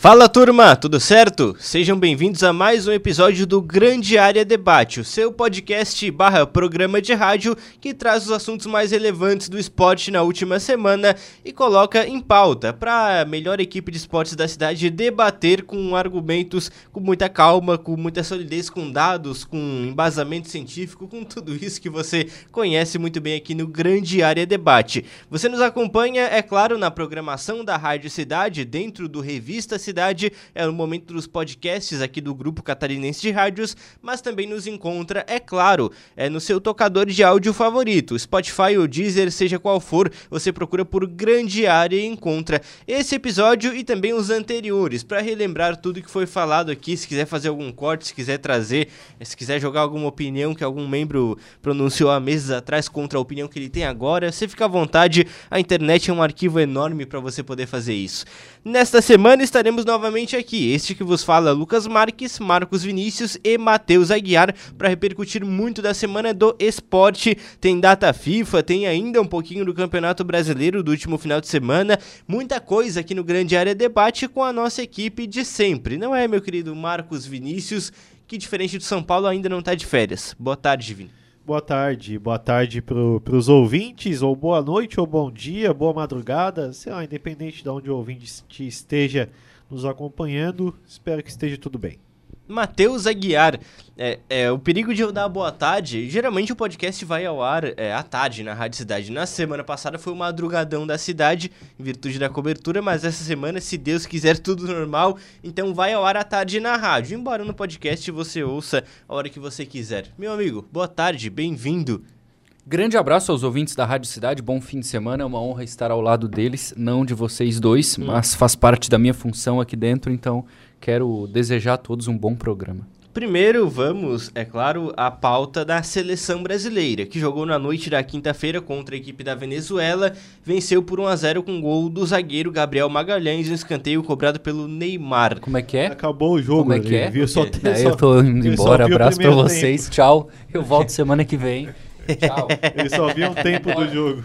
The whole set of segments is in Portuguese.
Fala turma, tudo certo? Sejam bem-vindos a mais um episódio do Grande Área Debate, o seu podcast barra programa de rádio que traz os assuntos mais relevantes do esporte na última semana e coloca em pauta para a melhor equipe de esportes da cidade debater com argumentos com muita calma, com muita solidez, com dados, com embasamento científico, com tudo isso que você conhece muito bem aqui no Grande Área Debate. Você nos acompanha, é claro, na programação da Rádio Cidade, dentro do Revista Cidade cidade, é o momento dos podcasts aqui do Grupo Catarinense de Rádios, mas também nos encontra, é claro, é no seu tocador de áudio favorito, Spotify ou Deezer, seja qual for, você procura por Grande Área e encontra esse episódio e também os anteriores, para relembrar tudo que foi falado aqui, se quiser fazer algum corte, se quiser trazer, se quiser jogar alguma opinião que algum membro pronunciou há meses atrás contra a opinião que ele tem agora, você fica à vontade, a internet é um arquivo enorme para você poder fazer isso. Nesta semana estaremos novamente aqui. Este que vos fala Lucas Marques, Marcos Vinícius e Matheus Aguiar para repercutir muito da semana do esporte. Tem data FIFA, tem ainda um pouquinho do Campeonato Brasileiro do último final de semana. Muita coisa aqui no Grande Área Debate com a nossa equipe de sempre. Não é, meu querido Marcos Vinícius, que diferente do São Paulo ainda não está de férias. Boa tarde, Vini. Boa tarde, boa tarde para os ouvintes, ou boa noite, ou bom dia, boa madrugada, sei lá, independente de onde o ouvinte esteja nos acompanhando. Espero que esteja tudo bem. Matheus Aguiar, é, é, o perigo de eu dar boa tarde, geralmente o podcast vai ao ar é, à tarde na Rádio Cidade. Na semana passada foi o madrugadão da cidade, em virtude da cobertura, mas essa semana, se Deus quiser, tudo normal, então vai ao ar à tarde na rádio. Embora no podcast você ouça a hora que você quiser. Meu amigo, boa tarde, bem-vindo. Grande abraço aos ouvintes da Rádio Cidade, bom fim de semana, é uma honra estar ao lado deles, não de vocês dois, hum. mas faz parte da minha função aqui dentro, então quero desejar a todos um bom programa. Primeiro, vamos, é claro, à pauta da seleção brasileira, que jogou na noite da quinta-feira contra a equipe da Venezuela, venceu por 1 a 0 com um gol do zagueiro Gabriel Magalhães, um escanteio cobrado pelo Neymar. Como é que é? Acabou o jogo, Como é que é? Viu? Só, é, só, eu tô indo embora, abraço para vocês, tempo. tchau. Eu volto semana que vem. Tchau. Ele só viu um tempo do jogo.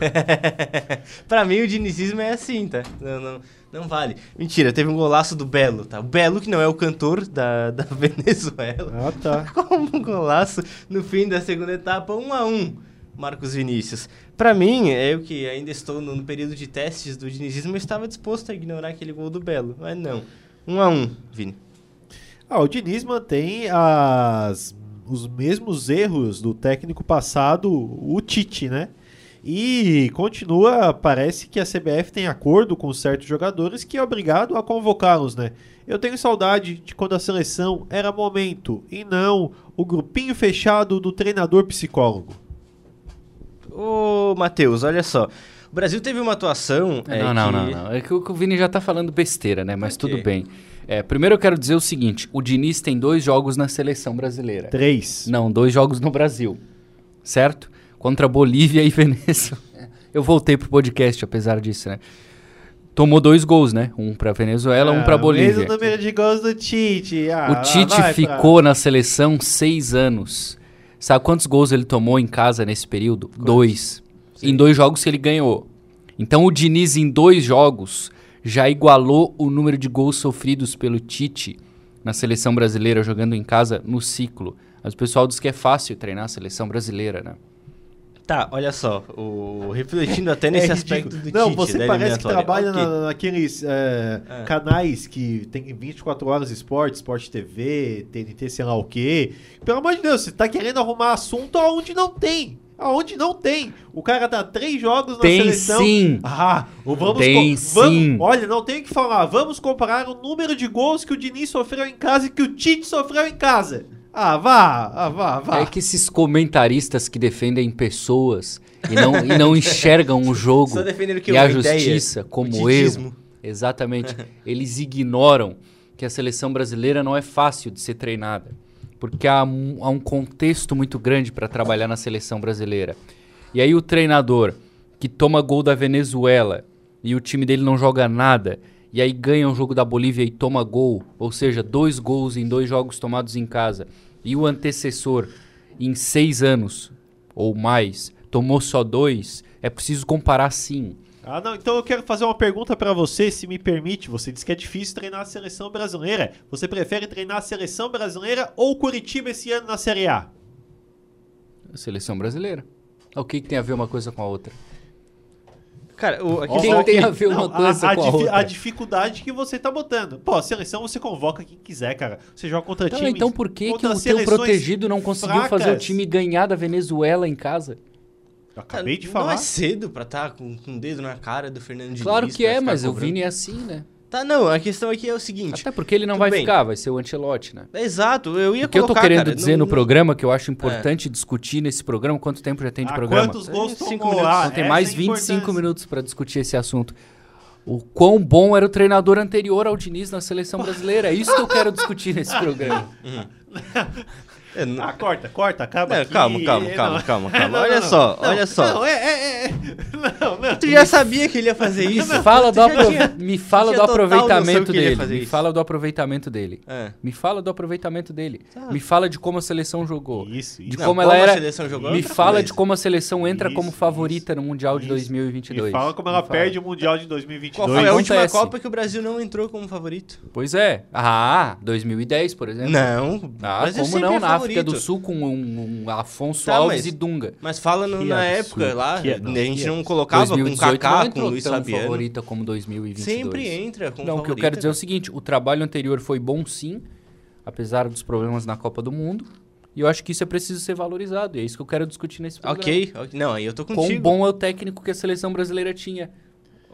pra mim, o dinizismo é assim, tá? Não, não, não vale. Mentira, teve um golaço do Belo, tá? O Belo, que não é o cantor da, da Venezuela. Ah, tá. Como um golaço no fim da segunda etapa, um a um. Marcos Vinícius. Para mim, é eu que ainda estou no, no período de testes do dinizismo, eu estava disposto a ignorar aquele gol do Belo, mas não. Um a um, Vini. Ah, o Diniz mantém as os mesmos erros do técnico passado, o Tite, né? E continua, parece que a CBF tem acordo com certos jogadores que é obrigado a convocá-los, né? Eu tenho saudade de quando a seleção era momento e não o grupinho fechado do treinador psicólogo. Ô, Matheus, olha só. O Brasil teve uma atuação. Não, é, não, que... não, não, É que o Vini já tá falando besteira, né? Mas okay. tudo bem. É, primeiro eu quero dizer o seguinte: o Diniz tem dois jogos na seleção brasileira. Três. Não, dois jogos no Brasil. Certo? Contra Bolívia e Venezuela. Eu voltei pro podcast, apesar disso, né? Tomou dois gols, né? Um pra Venezuela, ah, um pra Bolívia. Mesmo número de gols do Tite. Ah, o Tite ficou pra... na seleção seis anos. Sabe quantos gols ele tomou em casa nesse período? Quantos? Dois. Sim. Em dois jogos que ele ganhou. Então o Diniz, em dois jogos, já igualou o número de gols sofridos pelo Tite na seleção brasileira jogando em casa no ciclo. Mas o pessoal diz que é fácil treinar a seleção brasileira, né? Tá, olha só, o, refletindo até nesse é aspecto do Não, Tite, você parece que trabalha okay. na, naqueles é, ah. canais que tem 24 horas esporte, esporte TV, TNT, sei lá o quê. Pelo amor de Deus, você tá querendo arrumar assunto aonde não tem aonde não tem. O cara tá três jogos na tem seleção. Sim. Ah, vamos tem vamos, sim. Olha, não tem o que falar. Vamos comparar o número de gols que o Diniz sofreu em casa e que o Tite sofreu em casa. Ah, vá, ah, vá, vá. É que esses comentaristas que defendem pessoas e não, e não enxergam o tá jogo e a justiça um ideia, como eu, exatamente, eles ignoram que a seleção brasileira não é fácil de ser treinada porque há um, há um, contexto muito grande para trabalhar na seleção brasileira. E aí o treinador que toma gol da Venezuela e o time dele não joga nada, e aí ganha um jogo da Bolívia e toma gol, ou seja, dois gols em dois jogos tomados em casa, e o antecessor em seis anos ou mais tomou só dois, é preciso comparar sim. Ah, não, então eu quero fazer uma pergunta para você, se me permite. Você disse que é difícil treinar a seleção brasileira. Você prefere treinar a seleção brasileira ou Curitiba esse ano na Série A? A seleção brasileira. É O que, que tem a ver uma coisa com a outra? Cara, É o, aqui um O que, que tem a ver uma Não, coisa a, a com a difi- outra? a dificuldade que você tá botando. Pô, a seleção você convoca quem quiser, cara. Você joga contra Então, times. então por que, que contra o teu seleções protegido não conseguiu fazer o fracas. time ganhar da Venezuela em casa? Eu acabei de Não falar. é cedo pra estar com, com o dedo na cara do Fernando Diniz. claro que pra é, ficar mas o cobrando. Vini é assim, né? Tá, não, a questão aqui é o seguinte. Até porque ele não tudo vai bem. ficar, vai ser o Ancelotti, né? É Exato, eu ia O que eu tô colocar, querendo cara, dizer não- É. no programa, que eu acho importante discutir nesse programa, quanto tempo já tem de Ah, programa? quantos gols Cinco tomou? minutos. Ah, Então tem essa mais é a 25 importância. minutos pra discutir esse assunto. O quão bom era o treinador anterior ao Diniz na seleção brasileira. É isso que eu quero discutir nesse programa. É, não- Ah, corta, corta, acaba Não, aqui. É, calma, calma, Não. calma, calma, calma. Não, Olha não, só, não. olha só. Não, é, é, é. Não, não. Tu já sabia que ele ia fazer Me isso? fala do, já apro- tinha- me fala tinha do total noção aproveitamento que ele ia dele. fazer Me isso. fala do aproveitamento dele. É. Me fala do aproveitamento dele. Tá. Me fala de como a seleção jogou. Isso, De isso. Tipo, Não, como como ela a era. seleção jogou é me outra fala coisa. de como a seleção entra Isso, como favorita no Mundial de isso. 2022. Me fala como ela Me fala. perde o Mundial de 2022. Qual foi a última Acontece. Copa que o Brasil não entrou como favorito? Pois é. Ah, 2010, por exemplo. Não, Ah, mas como não? na África do Sul com um, um Afonso Tá, Alves mas- e Dunga. Mas fala no- Que na absurdo, época lá, que a gente absurdo. não colocava com 2018 não Kaká, com entrou Luiz tão Fabiano. favorita como 2022. Sempre entra com Não, o que eu favorita, quero dizer é o seguinte, o trabalho anterior foi bom sim, apesar dos problemas na Copa do Mundo, e eu acho que isso é preciso ser valorizado, e é isso que eu quero discutir nesse programa. Ok, ok. não, aí eu tô Quão contigo. bom é o técnico que a seleção brasileira tinha.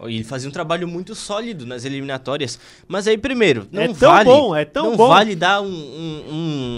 Ele fazia um trabalho muito sólido nas eliminatórias. Mas aí, primeiro, não É tão vale, bom, é tão não bom. vale dar um, um-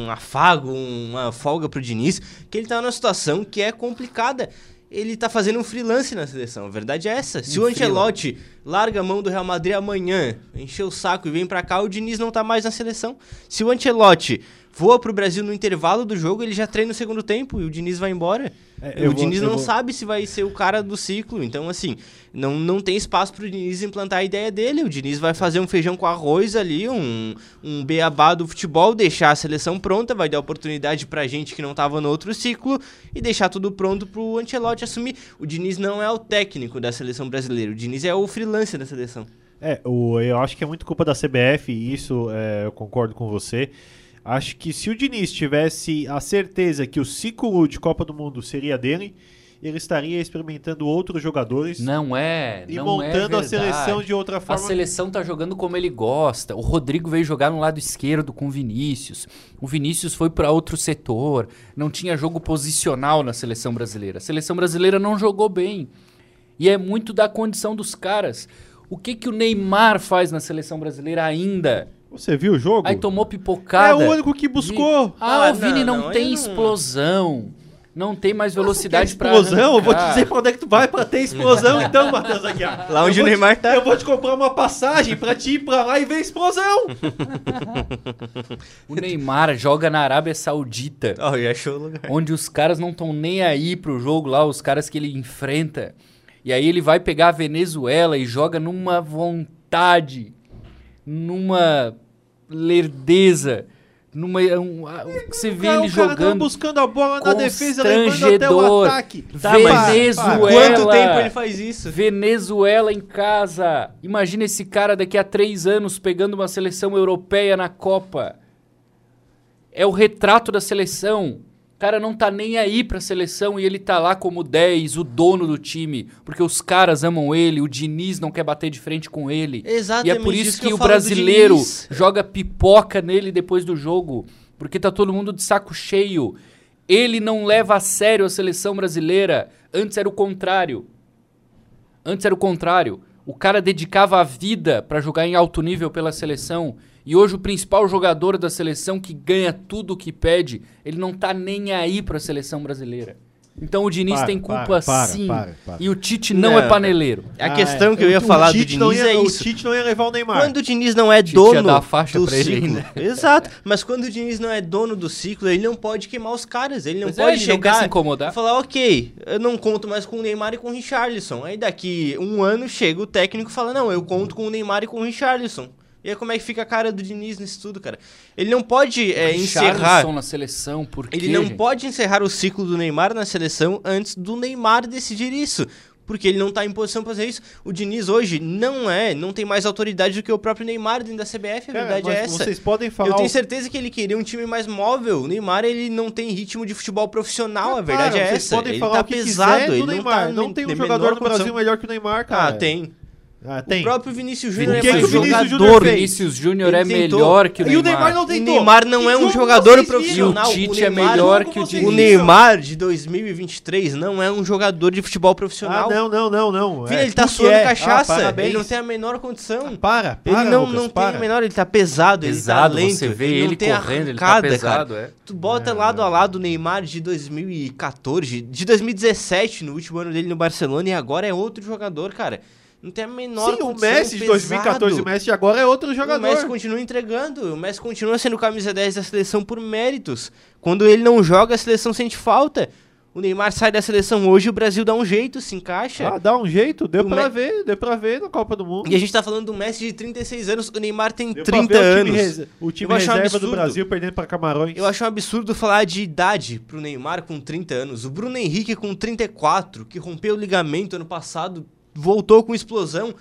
um afago, uma folga pro Diniz, que ele tá numa situação que é complicada. Ele tá fazendo um freelance na seleção, a verdade é essa. Se Um o Ancelotti larga a mão do Real Madrid amanhã, encher o saco e vem pra cá, o Diniz não tá mais na seleção. Se o Ancelotti voa pro Brasil no intervalo do jogo, ele já treina no segundo tempo e o Diniz vai embora. É, eu o vou- Diniz eu não vou- sabe se vai ser o cara do ciclo. Então, assim, não, não tem espaço pro Diniz implantar a ideia dele. O Diniz vai fazer um feijão com arroz ali, um, um beabá do futebol, deixar a seleção pronta, vai dar oportunidade pra gente que não tava no outro ciclo e deixar tudo pronto pro Ancelotti assumir. O Diniz não é o técnico da seleção brasileira, o Diniz é o freelancer da seleção. É, o, eu acho que é muito culpa da CBF, e isso é, eu concordo com você. Acho que se o Diniz tivesse a certeza que o ciclo de Copa do Mundo seria dele, ele estaria experimentando outros jogadores Não é, e não é montando a verdade. seleção de outra A forma. seleção tá jogando como ele gosta. O Rodrigo veio jogar no lado esquerdo com o Vinícius. O Vinícius foi para outro setor. Não tinha jogo posicional na seleção brasileira. A seleção brasileira não jogou bem. E é muito da condição dos caras. O que que o Neymar faz na seleção brasileira ainda? Você viu o jogo? Aí tomou é o pipocada. único que buscou. Ah, Ah, o Vini não, não, não, tem aí não- explosão. Não tem mais velocidade para assim é explosão, eu vou te dizer pra onde é que tu vai pra ter explosão então, Matheus Aguiar. Lá onde Eu o vou te- Neymar tá. Eu vou te comprar uma passagem pra ti ir pra lá e ver explosão. O Neymar joga na Arábia Saudita. Ó, já achou o lugar. onde os caras não estão nem aí pro jogo lá, os caras que ele enfrenta. E aí ele vai pegar a Venezuela e joga numa vontade, numa lerdeza, numa um, a- o que você vê Cara, ele o cara tá tava jogando buscando a bola na defesa, levando até o Constrangedor. ataque. Tá, mas- Venezuela. Quanto tempo ele faz isso? Venezuela em casa. Imagina esse cara daqui a três anos pegando uma seleção europeia na Copa. É o retrato da seleção. O cara não tá nem aí pra seleção e ele tá lá como 10, o dono do time. Porque os caras amam ele, o Diniz não quer bater de frente com ele. E é Exatamente por disso isso que, eu o falo do brasileiro Diniz. joga pipoca nele depois do jogo, porque tá todo mundo de saco cheio. Ele não leva a sério a seleção brasileira. Antes era o contrário. Antes era o contrário. O cara dedicava a vida pra jogar em alto nível pela seleção. E hoje o principal jogador da seleção que ganha tudo o que pede, ele não tá nem aí pra seleção brasileira. Então o Diniz Para, tem para, culpa para, sim. para, para. E o Tite não, Não. é paneleiro. A Ah, questão é. que eu ia O falar do Tite não Diniz ia- é isso. O Tite não ia levar o Neymar. Quando o Diniz não é Tite ia dono dar a faixa do pra ele né? ciclo. ainda. Exato. Mas quando o Diniz não é dono do ciclo, ele não pode queimar os caras. Ele não Pois é, pode ele não quer chegar se e incomodar. falar, ok, eu não conto mais com o Neymar e com o Richarlison. Aí daqui um ano chega o técnico e fala, não, eu conto com o Neymar e com o Richarlison. E aí como é que fica a cara do Diniz nisso tudo, cara? Ele não pode é, Richarlison encerrar... na seleção, por Ele quê, não gente? pode encerrar o ciclo do Neymar na seleção antes do Neymar decidir isso. porque ele não está em posição para fazer isso. O Diniz hoje não é, não tem mais autoridade do que o próprio Neymar dentro da CBF, a Cara, verdade mas é essa. Vocês podem falar. Eu tenho o- certeza que ele queria um time mais móvel. O Neymar, ele não tem ritmo de futebol profissional, a Cara, verdade é vocês essa. podem ele falar tá o que pesado, quiser do ele Neymar. não tá Não, nem- tem um nem jogador menor no condição. Brasil melhor que o Neymar, cara. Ah, tem. Ah, tem. O próprio Vinícius O Júnior é que que mais o Vinícius jogador. Júnior fez? Vinícius Júnior é Ele tentou. melhor que E o Neymar. o Neymar não O tem Neymar não é um jogador profissional. viram? E o Tite é Neymar- melhor que o Diniz. O Neymar de 2023 não é um jogador de futebol profissional. Ah, não, não, não, não. Filho, É, ele tá tudo suando é. Ah, cachaça. parabéns. ele não tem a menor condição. Para, para, Ele não, Lucas, não para. tem a menor, ele tá pesado, Pesado, ele tá lento. você vê não ele tem correndo, ele tá arrancada, cara. pesado, é. Tu bota lado a lado o Neymar de 2014, de 2017, no último ano dele no Barcelona, e agora é outro jogador, cara. Não tem a menor Sim, o condição, Messi de pesado. 2014, o Messi de agora é outro O jogador. Messi continua entregando, o Messi continua sendo camisa 10 da seleção por méritos. Quando ele não joga, a seleção sente falta. O Neymar sai da seleção hoje, o Brasil dá um jeito, se encaixa. Ah, dá um jeito, deu O pra Me- ver, deu pra ver na Copa do Mundo. E a gente tá falando do Messi de 36 anos, o Neymar tem Deu pra 30 ver o time anos. rese- O time Eu acho um reserva do absurdo. Brasil perdendo pra Camarões. Eu acho um absurdo falar de idade pro Neymar com 30 anos. O Bruno Henrique com 34, que rompeu o ligamento ano passado, voltou com explosão.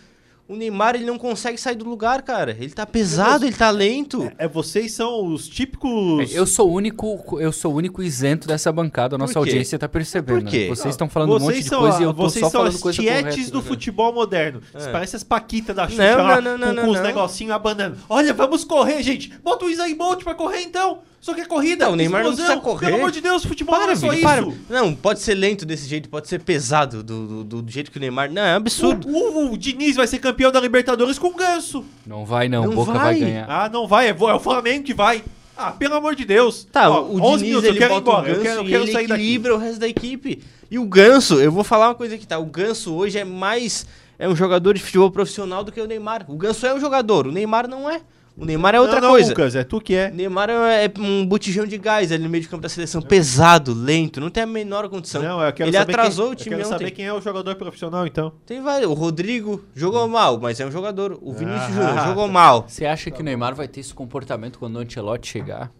O Neymar, ele não consegue sair do lugar, cara. Ele tá pesado, ele tá lento. É, vocês são os É, típicos... É, Eu sou o único, eu sou o único isento dessa bancada. A nossa quê? audiência tá percebendo. Por quê? né? Vocês estão falando um monte de coisa a- e eu tô vocês só são falando as coisa tietes correta. do futebol moderno. É. Vocês parecem as paquitas da Xuxa né? Não, lá, não, não, com, não, com os não. negocinhos abanando. Olha, vamos correr, gente. Bota o Isaim Bolt pra correr, então. Só que é corrida, Não, o Neymar não explosão. precisa correr. Pelo amor de Deus, futebol não é só isso. Não, pode ser lento desse jeito, pode ser pesado do, do- do- do jeito que o Neymar... Não, é um absurdo. O, o- o Diniz vai ser campeão da Libertadores com o Ganso. Não vai não, Não Boca vai, vai. ganhar. Ah, não vai, é, vo- é o Flamengo que vai. Ah, pelo amor de Deus. Tá, Ó, o 11 Diniz minutos, ele eu quero ir bota o embora. Ganso eu quero, eu e quero ele sair daqui. equilibra o resto da equipe. E o Ganso, eu vou falar uma coisa aqui, tá? O Ganso hoje é mais é um jogador de futebol profissional do que o Neymar. O Ganso é um jogador, o Neymar não é. O Neymar é outra não, não, coisa. Lucas, é tu que O é. Neymar é um botijão de gás ali no meio de campo da seleção, pesado, lento, não tem a menor condição. Não, eu quero Então, ele saber atrasou quem, o time Eu quero ontem. saber quem é o jogador profissional, então. Tem vários. O Rodrigo jogou mal, mas é um jogador. O Vinícius Ah, Júnior jogou tá. mal. Você acha que o Neymar vai ter esse comportamento quando o Ancelotti chegar?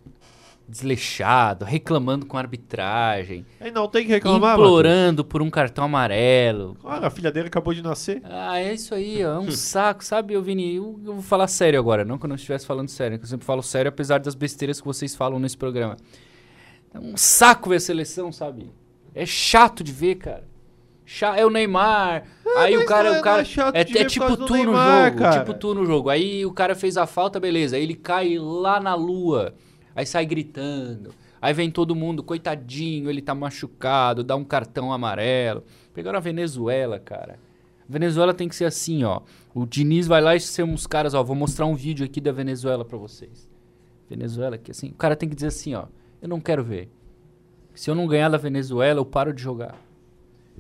Desleixado, reclamando com a arbitragem, Ele não tem que reclamar, mano. implorando por um cartão amarelo. Olha, a filha dele acabou de nascer. Ah, é isso aí, ó, é um saco, sabe, ô Vini? Eu, eu vou falar sério agora, não que eu não estivesse falando sério, que eu sempre falo sério, apesar das besteiras que vocês falam nesse programa. É um saco ver a seleção, sabe? É chato de ver, cara. Cha- é o Neymar. aí o mas cara, não é- o cara não é chato é, de é ver por tipo causa do tu no Neymar, jogo, cara. tipo tu no jogo. Aí o cara fez a falta, beleza. Aí ele cai lá na lua. Aí sai gritando. Aí vem todo mundo, coitadinho, ele tá machucado, dá um cartão amarelo. Pegaram a Venezuela, cara. Venezuela tem que ser assim, ó. O Diniz vai lá e chama os caras, ó, vou mostrar um vídeo aqui da Venezuela pra vocês. Venezuela que assim, o cara tem que dizer assim, ó, eu não quero ver. Se eu não ganhar da Venezuela, eu paro de jogar.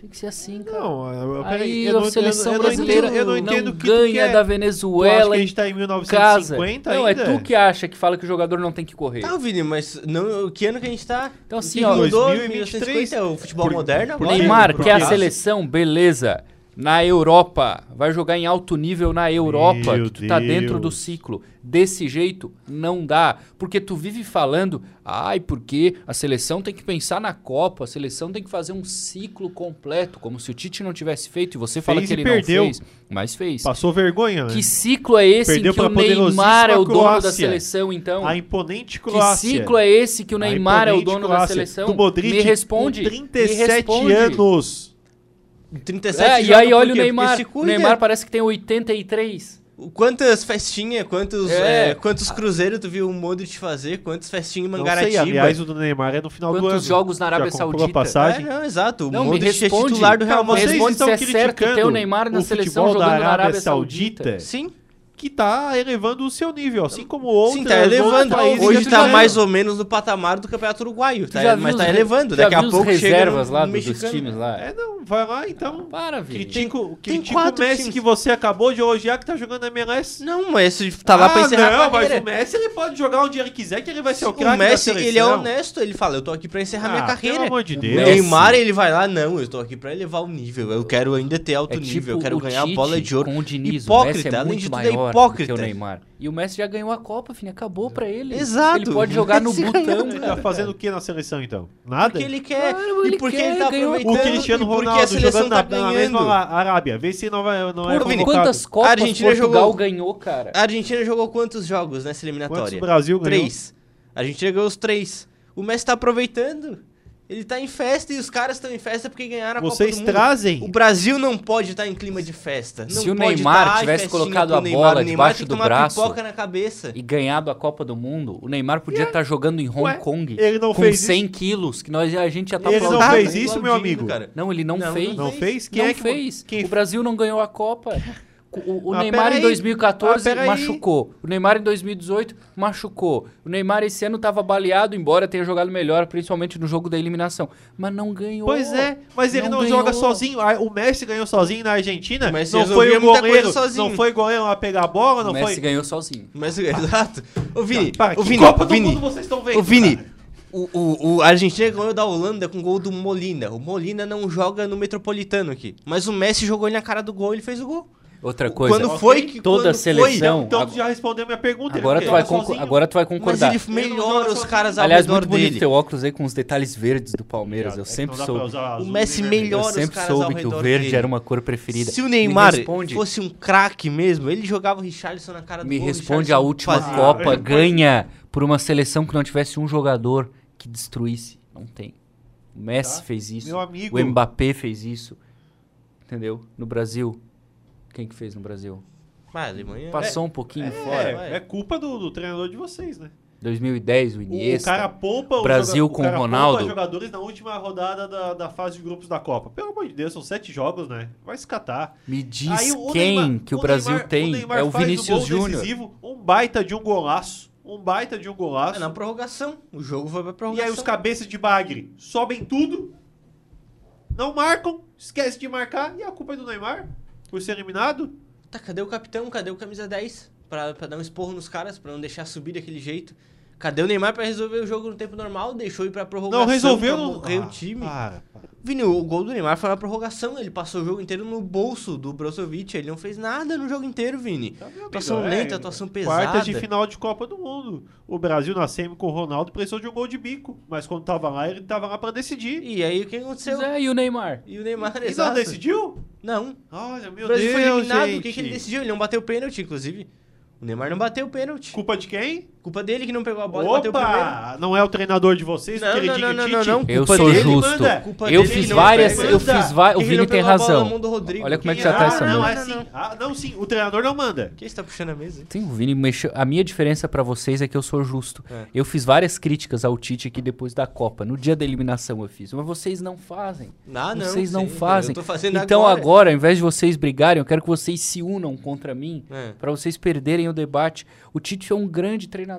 Tem que ser assim, cara. Não, eu, eu- peraí, Aí eu a não entendo- seleção eu não brasileira entendo- eu não entendo o que tu ganha quer. da Tu acha que Venezuela a em gente tá em casa. 1950 Não, é ainda? tu que acha que fala que o jogador não tem que correr. Tá, Vini, mas não, que ano que a gente tá? Então, O assim, que ó, mudou em 2023? 1950? O futebol Por- moderno por agora? Neymar Por quer a acaso. seleção, beleza. Na Europa, vai jogar em alto nível na Europa, Meu que tu tá dentro do Deus. ciclo. Desse jeito, não dá. Porque tu vive falando, ai, porque a seleção tem que pensar na Copa, a seleção tem que fazer um ciclo completo, como se o Tite não tivesse feito, e você fala Fez e que ele perdeu. não fez, mas fez. Passou vergonha, né? Que ciclo é esse Perdeu em que pra o Neymar é o poderosíssima dono da Croácia. seleção, então? A imponente Que Croácia. ciclo é esse que o A Neymar é o imponente dono da Croácia. seleção? Do Modric, Me responde. com 37 me responde. anos. 37 É, e joga aí por olha o quê? Porque Neymar. se O cuida. Neymar parece que tem 83. Quantas festinhas, quantos, É. é, quantos cruzeiros tu viu o Modric fazer? Quantas festinhas em Não Mangaratiba? sei, aliás, o do Neymar é no final do ano. Quantos jogos na Arábia Já comprou Saudita? a passagem? É, não, exato. O Não, me Modric é responde. titular do Real Cara, Madrid. vocês responde estão se é certo que tem o criticando Neymar na o seleção futebol da jogando na Arábia, Arábia Saudita, Saudita. Sim, que tá elevando o seu nível, assim como outros. sim, tá elevando. países Hoje que tá ganham. mais ou menos no patamar do Campeonato Uruguaio, tá? já viu mas os tá re- elevando. já Daqui a viu os pouco chega reservas no- no lá do- dos mexicano. times lá. É, não, vai lá então. Para, Vini. Critica, o- tem critica o quatro Messi times. que você acabou de elogiar que tá jogando na MLS. Não, mas esse tá lá pra Ah, encerrar não, a carreira. mas o Messi ele pode jogar onde ele quiser que ele vai ser Assim, o craque O da Messi, ele é seleção. honesto, ele fala, eu tô aqui pra encerrar Ah, minha Pelo carreira. amor de O O Deus. Messi- Neymar, ele vai lá, não, eu tô aqui pra elevar o nível, eu quero ainda ter alto É nível, tipo eu quero o ganhar a Tite bola de ouro. com o Diniz, o Messi hipócrita, é além muito de tudo é maior, melhor Hipócrita. do que o Neymar. E o Messi já ganhou a Copa, filho, acabou pra ele. Exato. Ele pode jogar no Esse botão. Ele tá fazendo o que na seleção então? Nada? é um Porque ele quer. Claro, e ele porque quer, ele tá ganhou. O aproveitando. O Cristiano e porque Ronaldo a seleção jogando tá na, na ganhando. mesma Arábia. Vê se não, vai, não é Por convocado. quantas A Copas Argentina Portugal jogou- ganhou, cara? A Argentina jogou quantos jogos nessa Quantos o eliminatória? Brasil ganhou? Três. A Argentina ganhou os três. O Messi tá aproveitando. Ele tá em festa e os caras estão em festa porque ganharam a Vocês Copa do Mundo. trazem O Brasil não pode estar em clima de festa. Não Se o pode Neymar tá, ai, tivesse festinha colocado pro a Neymar, bola o Neymar debaixo tem que do tomar braço pipoca na cabeça. E ganhado a Copa do Mundo, o Neymar É. podia estar jogando em Hong Ué, Kong ele não com fez 100 quilos, que nós, a gente já tá Ele não aplaudindo. fez isso, meu Aplaudindo, amigo. Cara. Não, ele não, Não, fez. não Não fez? Quem Quem não é que fez. Quem O Brasil não ganhou a Copa. O, o Ah, Neymar em peraí. 2014 Ah, peraí. machucou. O Neymar em 2018 machucou. O Neymar esse ano estava baleado, embora tenha jogado melhor, principalmente no jogo da eliminação. Mas não ganhou. Pois é, mas ele Não não, ganhou. joga sozinho. Ah, O Messi ganhou sozinho na Argentina. O Messi não foi resolvia o muita goleiro, coisa sozinho. não foi o goleiro a pegar a bola, O não Messi foi. ganhou sozinho. Mas, exato. Ô, Vini, Para, ô, que Vini, Copa ô, do Vini, Mundo vocês estão vendo? Ô, Vini, cara? o, o, o a Argentina ganhou da Holanda com gol do Molina. O Molina não joga no Metropolitano aqui. Mas o Messi jogou ele na cara do gol e ele fez o gol. Outra coisa. quando foi que. Toda quando a seleção- Então tu Agora- já respondeu minha pergunta. agora, ele tu vai joga conco- sozinho. agora tu vai Foi, concordar. mas ele Ele melhora não os joga caras ao Aliás, redor muito bonito dele. teu óculos aí com os detalhes verdes do Palmeiras. Eu É que sempre não dá pra soube. usar né, O azul e Messi vermelho. melhor Eu os sempre caras ao soube que redor o verde dele. era uma cor preferida. Se o Me Neymar responde- fosse um craque mesmo, ele jogava o Richarlison na cara do Me gol. o responde Richarlison a última fazia. Copa velho. ganha por uma seleção que não tivesse um jogador que destruísse. Não tem. O Messi Tá. fez isso. Meu amigo. O Mbappé fez isso. Entendeu? No Brasil. Quem que fez no Brasil? Mas a Alemanha. Passou um pouquinho É, fora. vai. é culpa do, do treinador de vocês, né? 2010, o O, o Iniesta. cara poupa os Brasil joga- com o cara Ronaldo. poupa jogadores na última rodada da, da fase de grupos da Copa. Pelo amor de Deus, são sete jogos, né? Vai se catar. Me diz Aí o quem Neymar- que o, Neymar- Brasil tem. Neymar é o faz Vinícius gol Júnior. decisivo, Um baita de um golaço. Um baita de um É, golaço. na prorrogação. O jogo foi pra e prorrogação. aí os cabeças de bagre sobem tudo, não marcam, esquece de marcar e a culpa é do Neymar por ser eliminado. Tá, cadê o capitão? Cadê o camisa 10? Pra, pra dar um esporro nos caras, pra não deixar subir daquele jeito. Cadê o Neymar pra resolver o jogo no tempo normal? Deixou ir pra prorrogação. Não resolveu. pra não- morrer Ah, o tá time. para, para. Vini, o gol do Neymar foi na prorrogação. Ele passou o jogo inteiro no bolso do Brozovic. Ele não fez nada no jogo inteiro, Vini. Tá, meu Atuação amigo, é, lenta, atuação pesada. Quartas de final de Copa do Mundo. O Brasil na semi com o Ronaldo precisou de um gol de bico, mas quando tava lá, ele tava lá pra decidir. E aí, o que aconteceu? Pois é, e o Neymar? E o Neymar, E não exato. decidiu? Não. Olha, meu o Brasil foi Deus, eliminado. O que, gente. que ele decidiu? Ele não bateu pênalti, inclusive. O Neymar não bateu pênalti. Culpa de quem? Culpa dele que não pegou a bola e bateu primeiro. Opa! Não é o treinador de vocês, Não, queridinho não, não, Tite? não, não, não. Eu Culpa sou dele, justo. manda. Culpa Eu dele, fiz não várias. pega. Eu fiz várias. O Quem Vini não tem pegou a bola razão. na mão do Rodrigo? Olha como é que Quem já tá era? essa não, Ah, não, assim. merda. é não, não. sim. Ah, não, sim. O treinador não manda. Quem está puxando a mesa? Sim, o Vini mexeu. A minha diferença pra vocês é que eu sou justo. É. Eu fiz várias críticas ao Tite aqui depois da Copa. No dia da eliminação eu fiz. Mas vocês não fazem. Ah, não. vocês não sim, fazem. Eu tô fazendo então agora. agora. ao invés de vocês brigarem, eu quero que vocês se unam contra mim É. pra vocês perderem o debate. O Tite é um grande treinador.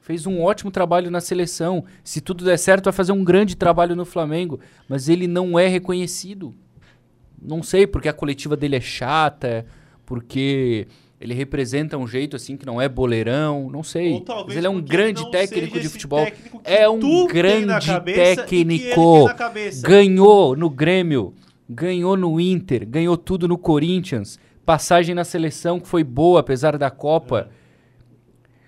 Fez um ótimo trabalho na seleção. Se tudo der certo, vai fazer um grande trabalho no Flamengo. Mas ele não é reconhecido. Não sei, porque a coletiva dele é chata, porque ele representa um jeito assim que não é boleirão, não sei. Ou talvez Mas ele é um porque grande não técnico seja de esse futebol. técnico que é um tu tem na grande cabeça e que ele técnico. tem na cabeça. Ganhou no Grêmio, ganhou no Inter, ganhou tudo no Corinthians. Passagem na seleção que foi boa, apesar da Copa. É.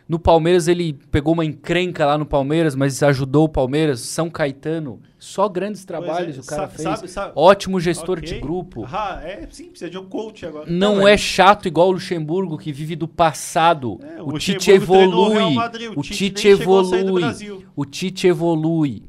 No Palmeiras, ele pegou uma encrenca lá no Palmeiras, mas ajudou o Palmeiras, São Caetano. Só grandes Pois é, trabalhos o cara sabe- fez. sabe- sabe- Ótimo gestor de Ok. grupo. Ah, é, sim, precisa de um coach agora. Não, é chato igual o Luxemburgo, que vive do passado. É, o, Luxemburgo Tite treinou o Real evolui. Madrid, O Tite Tite nem chegou a sair do evolui. Brasil. O Tite evolui.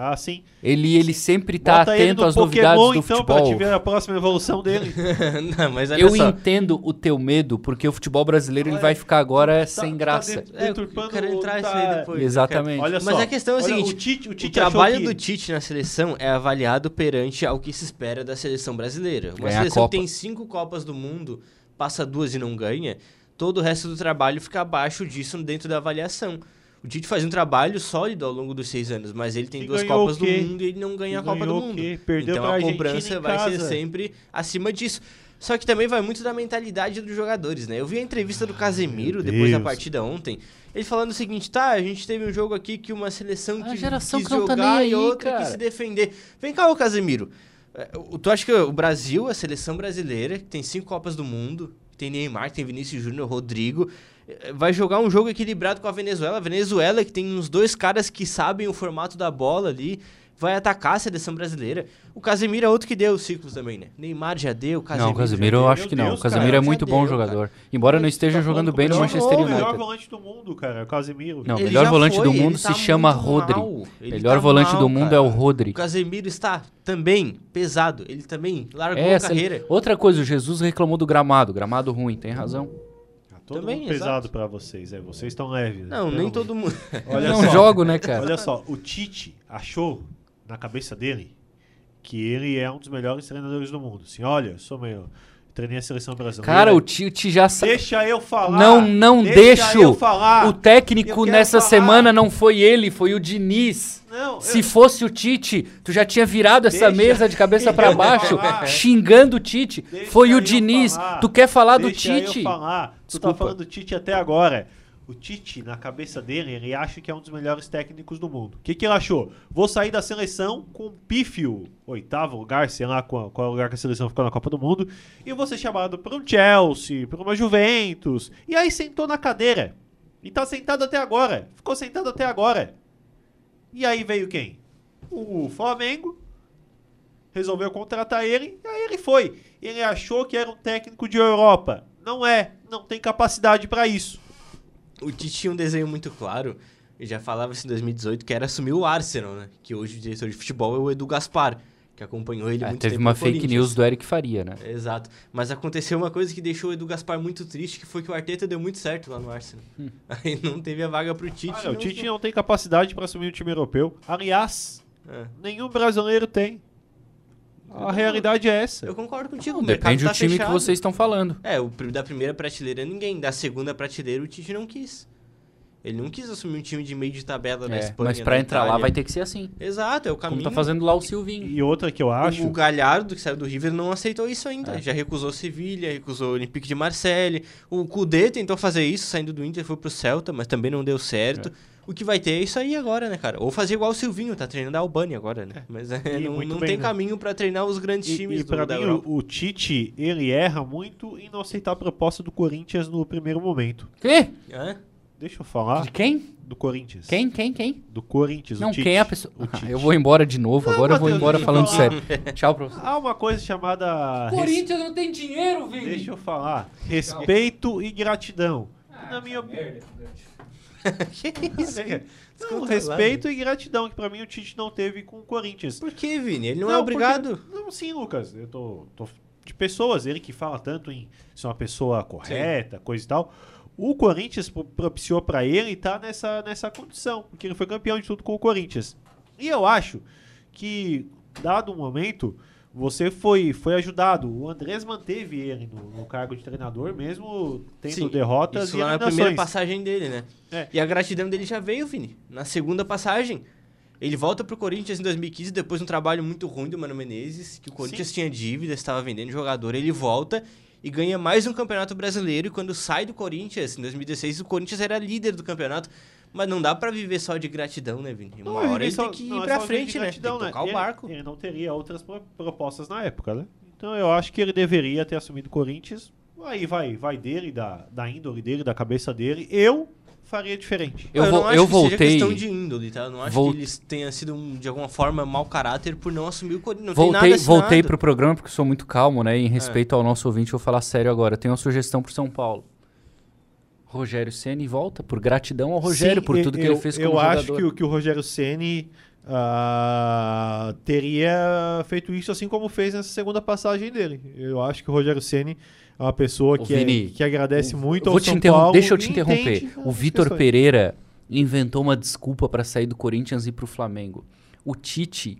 Ah, sim. Ele, ele sempre está Bota ele tá atento no às Pokémon, novidades do então, pra te futebol. É ver a próxima evolução dele. não, mas olha Eu só. entendo o teu medo, porque o futebol brasileiro ele Olha, vai ficar agora tá- sem tá graça. dentro- É, eu deturpando quero o- entrar tá- isso aí depois. Exatamente. Olha Mas só, a questão é o olha, seguinte, o, Tite, o, O Tite trabalho achou que- do Tite na seleção é avaliado perante ao que se espera da seleção brasileira. Uma Ganhar a seleção Copa. que tem cinco Copas do Mundo, passa duas e não ganha, todo o resto do trabalho fica abaixo disso dentro da avaliação. O Tite faz um trabalho sólido ao longo dos seis anos, mas ele tem E duas ganhou Copas o do quê? Mundo e ele não ganha a E Copa do ganhou o Mundo. quê? Perdeu então pra a Argentina cobrança em vai ser casa. sempre acima disso. Só que também vai muito da mentalidade dos jogadores, né? Eu vi a entrevista do Casemiro depois da Ah, Deus. partida ontem. Ele falando o seguinte, tá, a gente teve um jogo aqui que uma seleção A que geração quis que não tá jogar nem aí, e outra cara. que se defender. Vem cá, ô Casemiro. É, o- Tu acha que o Brasil, a seleção brasileira, que tem cinco Copas do Mundo, tem Neymar, tem Vinícius Júnior, Rodrigo. Vai jogar um jogo equilibrado com a Venezuela. A Venezuela, que tem uns dois caras que sabem o formato da bola ali, vai atacar a seleção brasileira. O Casemiro é outro que deu os ciclos também, né? Neymar já deu, Casemiro. Não, o Casemiro eu acho que não. Deus, o Casemiro cara, é muito bom deu, jogador. Cara. Embora não esteja tá jogando bem no Manchester United. O melhor volante do mundo, cara, o Casemiro. Não, o melhor volante foi, do mundo se tá chama Rodri. Melhor tá volante mal, do mundo cara. é o Rodri. O Casemiro está também pesado. Ele também largou é, a carreira. Outra coisa, o Jesus reclamou do gramado. Gramado ruim, tem razão. Todo Também, mundo pesado para vocês, é. Vocês estão leves. Né? Não, Pelo nem todo mundo. Olha não só, jogo, né, cara? Olha só, o Tite achou na cabeça dele que ele é um dos melhores treinadores do mundo. Assim, olha, eu sou melhor. Treinei a seleção brasileira. Cara, o Tite já sabe. Deixa eu falar. Não, não deixa deixo. Eu falar. O técnico nessa falar. semana não foi ele, foi o Diniz. Não, Se eu... fosse o Tite, tu já tinha virado essa deixa mesa de cabeça para baixo, falar. xingando o Tite. Deixa foi o Diniz. Falar. Tu quer falar deixa do Tite? Eu falar. Tu Desculpa. tá falando do Tite até agora. O Tite, na cabeça dele, ele acha que é um dos melhores técnicos do mundo. O que, que ele achou? Vou sair da seleção com pífio, oitavo lugar, sei lá qual, qual lugar que a seleção ficou na Copa do Mundo, e vou ser chamado para um Chelsea, para uma Juventus. E aí sentou na cadeira. E tá sentado até agora. Ficou sentado até agora. E aí veio quem? O Flamengo resolveu contratar ele, e aí ele foi. Ele achou que era um técnico de Europa. Não é, não tem capacidade para isso o Tite tinha um desenho muito claro, já falava isso em 2018, que era assumir o Arsenal, né? Que hoje o diretor de futebol é o Edu Gaspar, que acompanhou ele é, muito teve tempo. Teve uma fake news do Eric Faria, né? Exato. Mas aconteceu uma coisa que deixou o Edu Gaspar muito triste, que foi que o Arteta deu muito certo lá no Arsenal. Hum. Aí não teve a vaga pro Ah, Tite. é Olha, Ah, o Tite não tem capacidade para assumir o time europeu. Aliás, é. nenhum brasileiro tem. A realidade é essa. Eu concordo contigo. Não, depende tá do time fechado. que vocês estão falando. É, o, da primeira prateleira ninguém. Da segunda prateleira o Tite não quis. Ele não quis assumir um time de meio de tabela é, na Espanha. Mas para entrar Itália. lá vai ter que ser assim. Exato, é o caminho. Como tá fazendo lá o Silvinho. E outra que eu acho. O Galhardo, que saiu do River, não aceitou isso ainda. É. Já recusou Sevilha, recusou o Olympique de Marseille. O Cudê tentou fazer isso, saindo do Inter, foi pro Celta, mas também não deu certo. É. O que vai ter é isso aí agora, né, cara? Ou fazer igual o Silvinho, tá treinando a Albânia agora, né? Mas é, não, não bem, tem né? caminho para treinar os grandes e, times e do, pra mim, o, o, Tite, ele erra muito em não aceitar a proposta do Corinthians no primeiro momento. Quê? É? Deixa eu falar. De quem? Do Corinthians. Quem, quem, quem? Do Corinthians, Não, Tite, quem é a pessoa? Ah, eu vou embora de novo, não, agora eu vou embora falando sério. Tchau, professor. Há uma coisa chamada... O Corinthians não tem dinheiro, Vini. Deixa eu falar. Respeito e gratidão. Ah, Na minha opinião... que isso? Cara? Não, respeito e gratidão que para mim o Tite não teve com o Corinthians. Por que, Vini? Ele não, não é obrigado? Porque, não, sim, Lucas. Eu tô, tô, de pessoas, ele que fala tanto em ser uma pessoa correta, sim. coisa e tal. O Corinthians propiciou para ele estar tá nessa, nessa condição, porque ele foi campeão de tudo com o Corinthians. E eu acho que, dado o um momento, você foi, foi ajudado. O Andrés manteve ele no, no cargo de treinador, mesmo tendo Sim, derrotas isso e lá na primeira passagem dele, né? É. E a gratidão dele já veio, Vini. Na segunda passagem. Ele volta pro Corinthians em 2015, depois de um trabalho muito ruim do Mano Menezes, que o Corinthians Sim. tinha dívida, estava vendendo jogador. Ele volta e ganha mais um campeonato brasileiro. E quando sai do Corinthians, em 2016, o Corinthians era líder do campeonato. Mas não dá para viver só de gratidão, né, Vini? Uma não, hora ele só, tem que ir é pra frente, né? Gratidão, tem que tocar né? o barco. Ele, ele, não teria outras propostas na época, né? Então eu acho que ele deveria ter assumido o Corinthians. Aí vai, vai dele, da, da índole dele, da cabeça dele. Eu faria diferente. Eu, eu não acho eu que voltei, seja questão de índole, tá? Eu não acho volt... que ele tenha sido, um, de alguma forma, mau caráter por não assumir o Corinthians. Não voltei, tem nada assinado. voltei pro programa porque sou muito calmo, né? E em respeito é. ao nosso ouvinte, vou falar sério agora. Tenho uma sugestão pro São Paulo. Rogério Ceni volta por gratidão ao Rogério Sim, por tudo eu, que ele fez como eu jogador. Eu acho que, o, que o Rogério Ceni uh, teria feito isso assim como fez nessa segunda passagem dele. Eu acho que o Rogério Ceni é uma pessoa Ô, que, Vini, é- que agradece muito Eu ao vou te São interrom- Paulo. Deixa eu e te interromper. entende O as Vitor questões. Pereira inventou uma desculpa para sair do Corinthians e ir pro Flamengo. O Tite,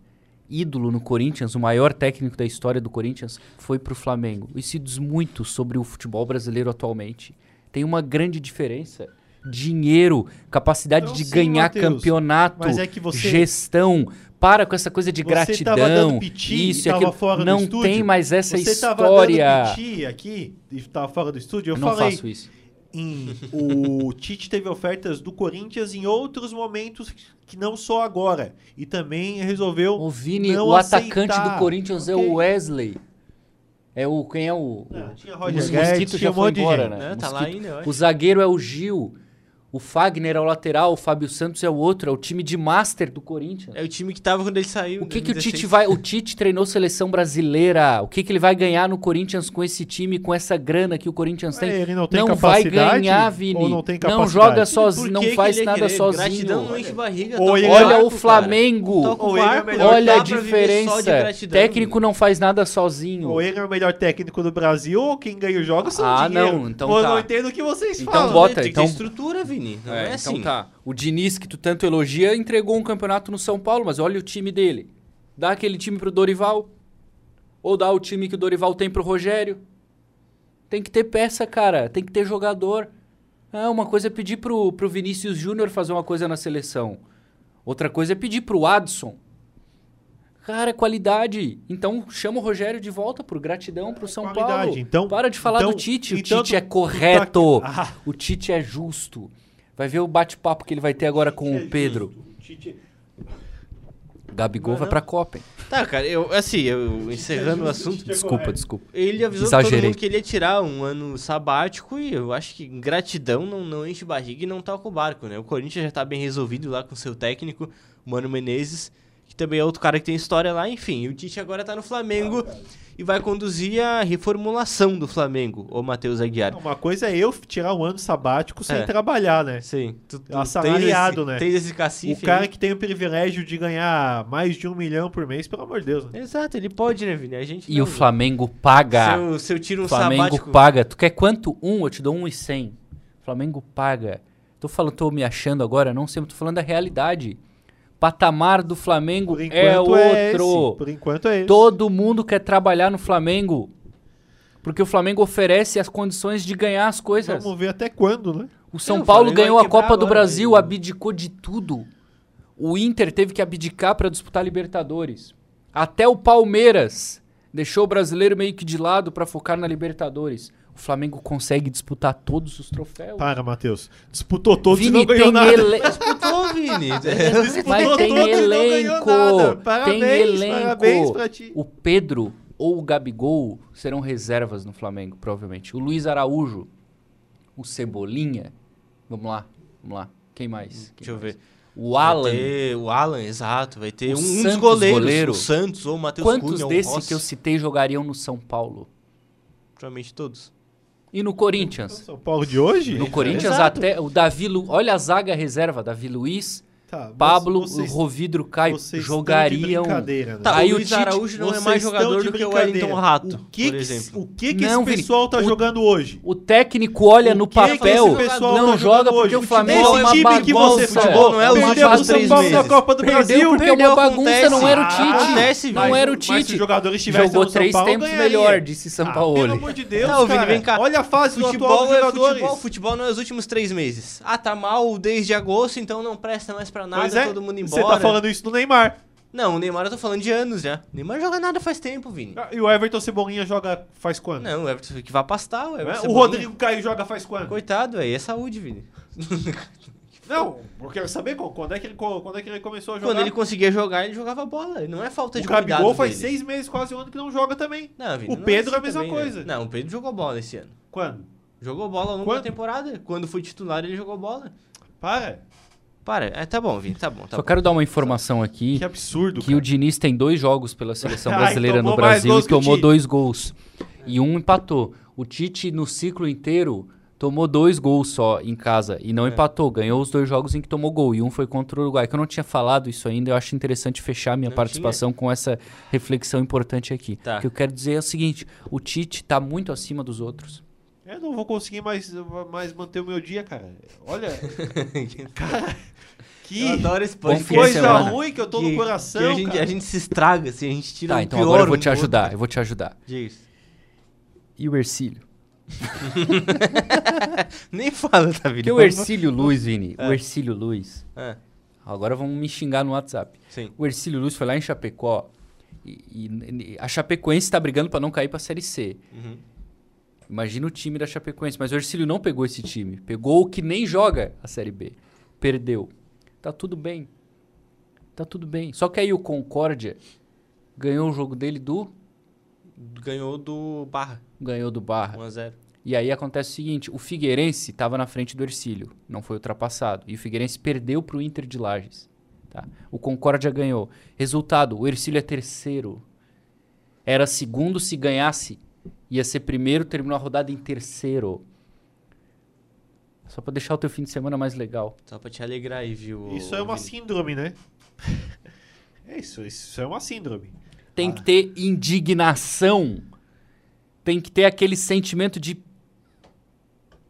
ídolo no Corinthians, o maior técnico da história do Corinthians, foi pro Flamengo. Isso diz muito sobre o futebol brasileiro atualmente. Tem uma grande diferença. Dinheiro, capacidade Não, de Então sim, ganhar Matheus, campeonato, Mas é que você gestão. Para com essa coisa de Você gratidão. tava dando piti isso e e tava aquilo. fora do Não estúdio? tem mais essa Você história. tava dando piti aqui e tava fora do estúdio. Eu não falei, faço isso. em- o Tite teve ofertas do Corinthians em outros momentos que não só agora. E também resolveu O Vini, não o atacante aceitar. do Corinthians é Ok. o Wesley. É o, quem é o. Ah, o- tinha os Roger Guedes, mosquitos tinha já um foi monte de embora, gente. né? Não, tá lá Mosquito- ainda, eu acho. O zagueiro é o Gil. O Fagner é o lateral, o Fábio Santos é o outro, é o time de master do Corinthians. É o time que tava quando ele saiu. O em que, que o 2016. Tite vai. O Tite treinou seleção brasileira. O que, que ele vai ganhar no Corinthians com esse time, com essa grana que o Corinthians tem? É, Ele não tem vai capacidade. ganhar, Vini. Ou não tem Não capacidade. joga E sozinho, por não que que faz ele ia nada querer? sozinho. Gratidão não enche barriga. Ou toca ele- barco, Olha o cara. Flamengo. Toca o Ou ele é o barco, melhor Olha a dá pra viver só de diferença. gratidão. Técnico não faz nada sozinho. Ou ele é o melhor técnico do Brasil, ou quem ganha o jogo são um. Ah, dinheiro. não, então Pô, Eu tá. não entendo o que vocês Então falam. Não, bota, tem que ter então- estrutura, Vini. Não é, então assim. tá. O Diniz, que tu tanto elogia, entregou um campeonato no São Paulo, mas olha o time dele. Dá aquele time pro Dorival. Ou dá o time que o Dorival tem pro Rogério. Tem que ter peça, cara. Tem que ter jogador. Ah, uma coisa é pedir pro, pro Vinícius Júnior fazer uma coisa na seleção. Outra coisa é pedir pro Adson. Cara, é qualidade. Então chama o Rogério de volta por gratidão pro São É Qualidade. Paulo. Então- Para de falar então- do Tite. O então Tite tu- é tu tá- correto. Ah. O Tite é justo. Vai ver o bate-papo que ele vai ter agora com é o Pedro. Gabigol vai pra Copa. hein? Tá, cara, eu, assim, eu encerrando o assunto. é. Desculpa, desculpa. Ele avisou todo Exagerei. mundo que ele ia tirar um ano sabático e eu acho que gratidão não, não enche barriga e não toca o barco, né? O Corinthians já tá bem resolvido lá com seu técnico, Mano Menezes, que também é outro cara que tem história lá, enfim. E o Tite agora tá no Flamengo e vai conduzir a reformulação do Flamengo, o Matheus Aguiar. Uma coisa é eu tirar um ano sabático sem É. trabalhar, né? Sim, tu, tu Assalariado, tens esse, né? Tens esse cacife o cara aí? que tem o privilégio de ganhar mais de um milhão por mês, pelo amor de Deus, né? Exato, ele pode, né, Vini? A gente E não, o Flamengo paga. Se eu, se eu tiro um O Flamengo sabático... paga. Tu quer quanto? Um? Eu te dou um e cem. Flamengo paga. Tô falando, tô me achando agora, não sei, mas tô falando da realidade. Patamar do Flamengo Por é enquanto outro. é, esse. Por enquanto é esse. Todo mundo quer trabalhar no Flamengo. Porque o Flamengo oferece as condições de ganhar as coisas. Vamos ver até quando, né? O São É, o Paulo Flamengo vai ganhou a quebrar Copa do agora, Brasil, né? abdicou de tudo. O Inter teve que abdicar para disputar Libertadores. Até o Palmeiras deixou o brasileiro meio que de lado para focar na Libertadores. O Flamengo consegue disputar todos os troféus. Para, Matheus. Disputou todos e Vini não ganhou tem nada. ele- Disputou, Vini. Mas Disputou tem todos e não elenco, ganhou nada. tem Parabéns, elenco. parabéns pra ti. O Pedro ou o Gabigol serão reservas no Flamengo, provavelmente. O Luiz Araújo, o Cebolinha. Vamos lá, vamos lá. Quem mais? Hum, Deixa Quem eu mais? ver. O Vai Alan. ter o Alan, exato. Vai ter O um, um dos Santos goleiros. goleiro. O Santos ou o Matheus Quantos é Cunha ou o desses Rossi. que eu citei jogariam no São Paulo? Provavelmente todos. E no Corinthians? São Paulo de hoje? No Corinthians Exato. até o Davi Lu... Olha a zaga reserva, Davi Luiz, Tá, Pablo, vocês- Rovidro, Caio, vocês estão de jogariam... brincadeira, né? Tá, Aí o o Luiz Tite- Araújo não é Vocês mais estão jogador de do que o brincadeira. Wellington Rato, O que, por que, exemplo. o que, que Não, esse Vini, pessoal tá o- jogando hoje? O técnico olha O no que é que papel, esse pessoal não tá jogando joga hoje? porque o Flamengo é uma time que você bagunça. futebol não é o Perdeu time faz pro São três Paulo na meses. Copa do Perdeu Brasil. porque é Perdeu, uma bagunça, não era o acontece. Tite. Acontece, não velho. era Ah, o Mas se Tite. os jogadores tivessem Jogou no três São Paulo, tempos ganharia. melhor, disse Sampaoli. Ah, pelo amor de Deus, Não, Vini, cara. vem cá. Olha a fase do atual Futebol dos é jogadores. futebol, futebol não é os últimos três meses. Ah, tá mal desde agosto, então não presta mais pra nada, Pois é, todo mundo Você embora. tá falando isso do Neymar. Não, o Neymar eu tô falando de anos já. O Neymar joga nada faz tempo, Vini. E o Everton Cebolinha joga faz quando? Não, o Everton que vai pastar, É, o Né? Everton. O Cebolinha. Rodrigo Caio joga faz quando? Coitado, aí é saúde, Vini. Não, eu quero saber quando, quando é que ele, co- quando é que ele começou a jogar. Quando ele conseguia jogar, ele jogava bola. Não é falta de o cuidado Gabigol faz dele. seis meses, quase um ano que não joga também. Não, Vini, O não Pedro é a assim mesma também, coisa. né? Não, o Pedro jogou bola esse ano. Quando? Jogou bola ao longo Quando? da temporada. Quando foi titular, ele jogou bola. Para. Para, é, tá bom, Vini, tá bom. Tá Só bom. quero dar uma informação aqui. Que absurdo, que o Diniz tem dois jogos pela seleção Ai, brasileira no tomou mais Brasil gols e que o tomou Tite. dois gols. E um empatou. O Tite, no ciclo inteiro, tomou dois gols só em casa e não É. empatou. Ganhou os dois jogos em que tomou gol. E um foi contra o Uruguai. Que eu não tinha falado isso ainda. Eu acho interessante fechar minha Não participação com essa reflexão importante aqui. Tá. O que eu quero dizer é o seguinte: o Tite tá muito acima dos outros. Eu não vou conseguir mais, mais manter o meu dia, cara. Olha. cara, que Eu adoro esse Bom podcast. fim de coisa semana. ruim que eu tô Que- no coração. que a, gente, cara. a gente se estraga, assim, a gente tira Tá, um então pior agora eu um vou te do outro. ajudar. Eu vou te ajudar. Diz. E o Ercílio? Nem fala, tá, Vini? Porque é o Vamos- Ercílio Luz, Vini. É. O Ercílio Luz. Ah, Agora vão me xingar no WhatsApp. sim. O Ercílio Luz foi lá em Chapecó. E, e- e a Chapecoense está brigando para não cair para a Série C. Uhum. Imagina o time da Chapecoense. Mas o Ercílio não pegou esse time. Pegou o que nem joga a Série B. Perdeu. Tá tudo bem. Tá tudo bem. Só que aí o Concórdia ganhou um o jogo dele do Ganhou do Barra. Ganhou do Barra. 1x0. E aí acontece o seguinte: o Figueirense estava na frente do Ercílio, não foi ultrapassado. E o Figueirense perdeu para o Inter de Lages. Tá? O Concórdia ganhou. Resultado: o Ercílio é terceiro. Era segundo se ganhasse, ia ser primeiro, terminou a rodada em terceiro. Só para deixar o teu fim de semana mais legal. Só para te alegrar aí, viu? Isso é uma síndrome, né? é isso, isso é uma síndrome. Tem ah. que ter indignação. Tem que ter aquele sentimento de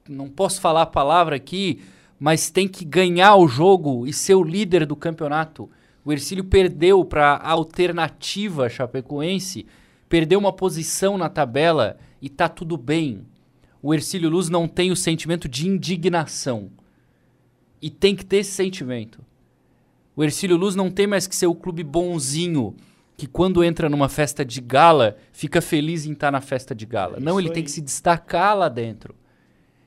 não posso falar a palavra aqui, mas tem que ganhar o jogo e ser o líder do campeonato. O Ercílio perdeu para a alternativa chapecoense, perdeu uma posição na tabela e tá tudo bem. O Ercílio Luz não tem o sentimento de indignação. E tem que ter esse sentimento. O Ercílio Luz não tem mais que ser o clube bonzinho que quando entra numa festa de gala, fica feliz em estar na festa de gala. É não, ele aí. tem que se destacar lá dentro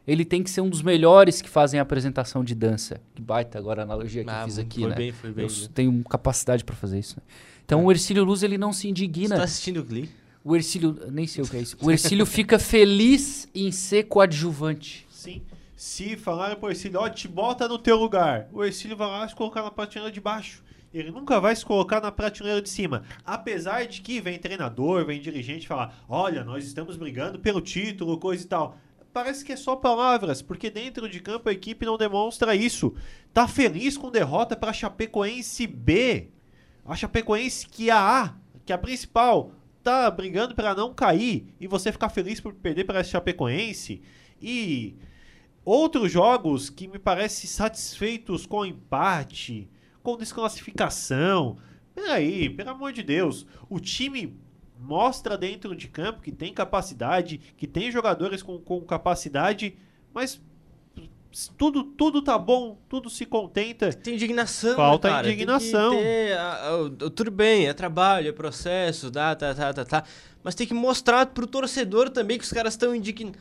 ele tem que ser um dos melhores que fazem a apresentação de dança. Que baita agora a analogia que ah, eu fiz aqui, foi né? Bem, foi bem, eu tenho capacidade para fazer isso. Né? Então é. o Ercílio Luz ele não se indigna. Você tá assistindo o Glee? O Ercílio, nem sei o que é isso. O Ercílio fica feliz em ser coadjuvante. Sim. Se falarem pro Ercílio, ó, te bota no teu lugar. O Ercílio vai lá se colocar na prateleira de baixo. Ele nunca vai se colocar na prateleira de cima. Apesar de que vem treinador, vem dirigente falar: olha, nós estamos brigando pelo título, coisa e tal parece que é só palavras, porque dentro de campo a equipe não demonstra isso. Tá feliz com derrota para Chapecoense B. A Chapecoense que é a A, que é a principal, tá brigando para não cair e você ficar feliz por perder para Chapecoense e outros jogos que me parece satisfeitos com empate, com desclassificação. Peraí, pelo amor de Deus, o time mostra dentro de campo que tem capacidade, que tem jogadores com, com, capacidade, mas tudo tudo tá bom, tudo se contenta. Tem indignação, né, Falta cara, indignação. Ter, ah, a, a, tudo bem, é trabalho, é processo, tá, tá, tá, tá, tá. Mas tem que mostrar pro torcedor também que os caras estão indignados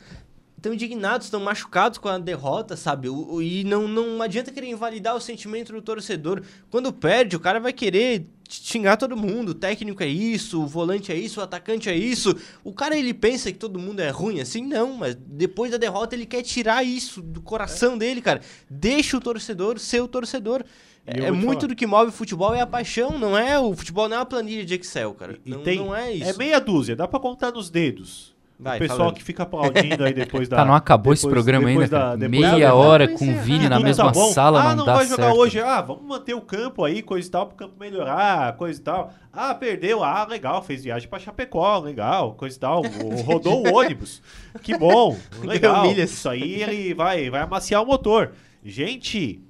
estão indignados, estão machucados com a derrota, sabe? O, o, e não, não adianta querer invalidar o sentimento do torcedor. Quando perde, o cara vai querer xingar todo mundo. O técnico é isso, o volante é isso, o atacante é isso. O cara ele pensa que todo mundo é ruim, assim não, mas depois da derrota ele quer tirar isso do coração é. dele, cara. Deixa o torcedor ser o torcedor. Eu é muito falar. do que move o futebol, é a paixão, não é? O futebol não é uma planilha de Excel, cara. E, não, tem, não é isso. É meia dúzia, dá para contar nos dedos. Vai, o pessoal falando. que fica aplaudindo aí depois da. Tá, não acabou depois, esse programa ainda. Da, Meia da, hora com o Vini na mesma tá sala, ah, não, não dá vai jogar certo. hoje. Ah, vamos manter o campo aí, coisa e tal, pro campo melhorar, coisa e tal. Ah, perdeu. Ah, legal, fez viagem pra Chapecó, legal, coisa e tal. Rodou o ônibus. Que bom, legal. Isso aí ele vai, vai amaciar o motor. Gente,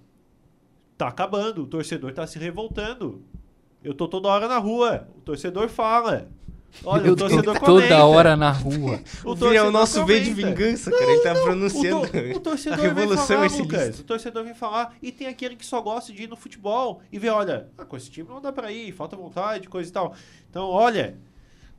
tá acabando. O torcedor tá se revoltando. Eu tô toda hora na rua. O torcedor fala. Olha, eu o torcedor tô toda hora na rua. o torcedor é o nosso comenta. V de vingança, cara. Não, ele tá não. pronunciando. O, to o a revolução vem falar, Lucas, O torcedor vem falar. E tem aquele que só gosta de ir no futebol e vê, olha, ah, com esse time não dá pra ir, falta vontade, coisa e tal. Então, olha,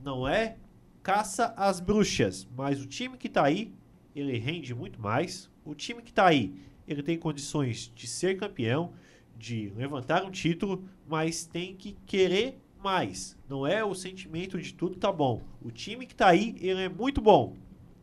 não é caça às bruxas, mas o time que tá aí, ele rende muito mais. O time que tá aí, ele tem condições de ser campeão, de levantar um título, mas tem que querer mais. Não é o sentimento de tudo tá bom. O time que tá aí, ele é muito bom.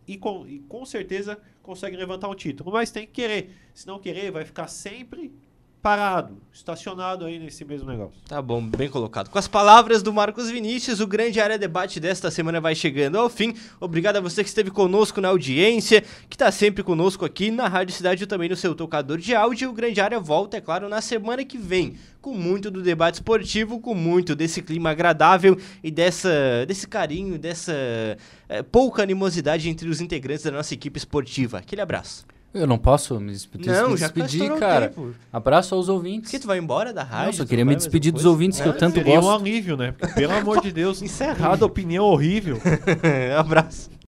E com, e com certeza consegue levantar um título. Mas tem que querer. Se não querer, vai ficar sempre parado, estacionado aí nesse mesmo negócio. Tá bom, bem colocado. Com as palavras do Marcos Vinícius, o grande área debate desta semana vai chegando ao fim. Obrigado a você que esteve conosco na audiência, que está sempre conosco aqui na Rádio Cidade e também no seu tocador de áudio. O grande área volta, é claro, na semana que vem, com muito do debate esportivo, com muito desse clima agradável e dessa desse carinho, dessa é, pouca animosidade entre os integrantes da nossa equipe esportiva. Aquele abraço. Eu não posso me despedir, não, me já tá despedir cara. Tempo. Abraço aos ouvintes. Porque tu vai embora da rádio? Não, só queria me despedir dos ouvintes é, que eu tanto seria gosto. um alívio, né? Porque, pelo amor de Deus, encerrada opinião horrível. abraço.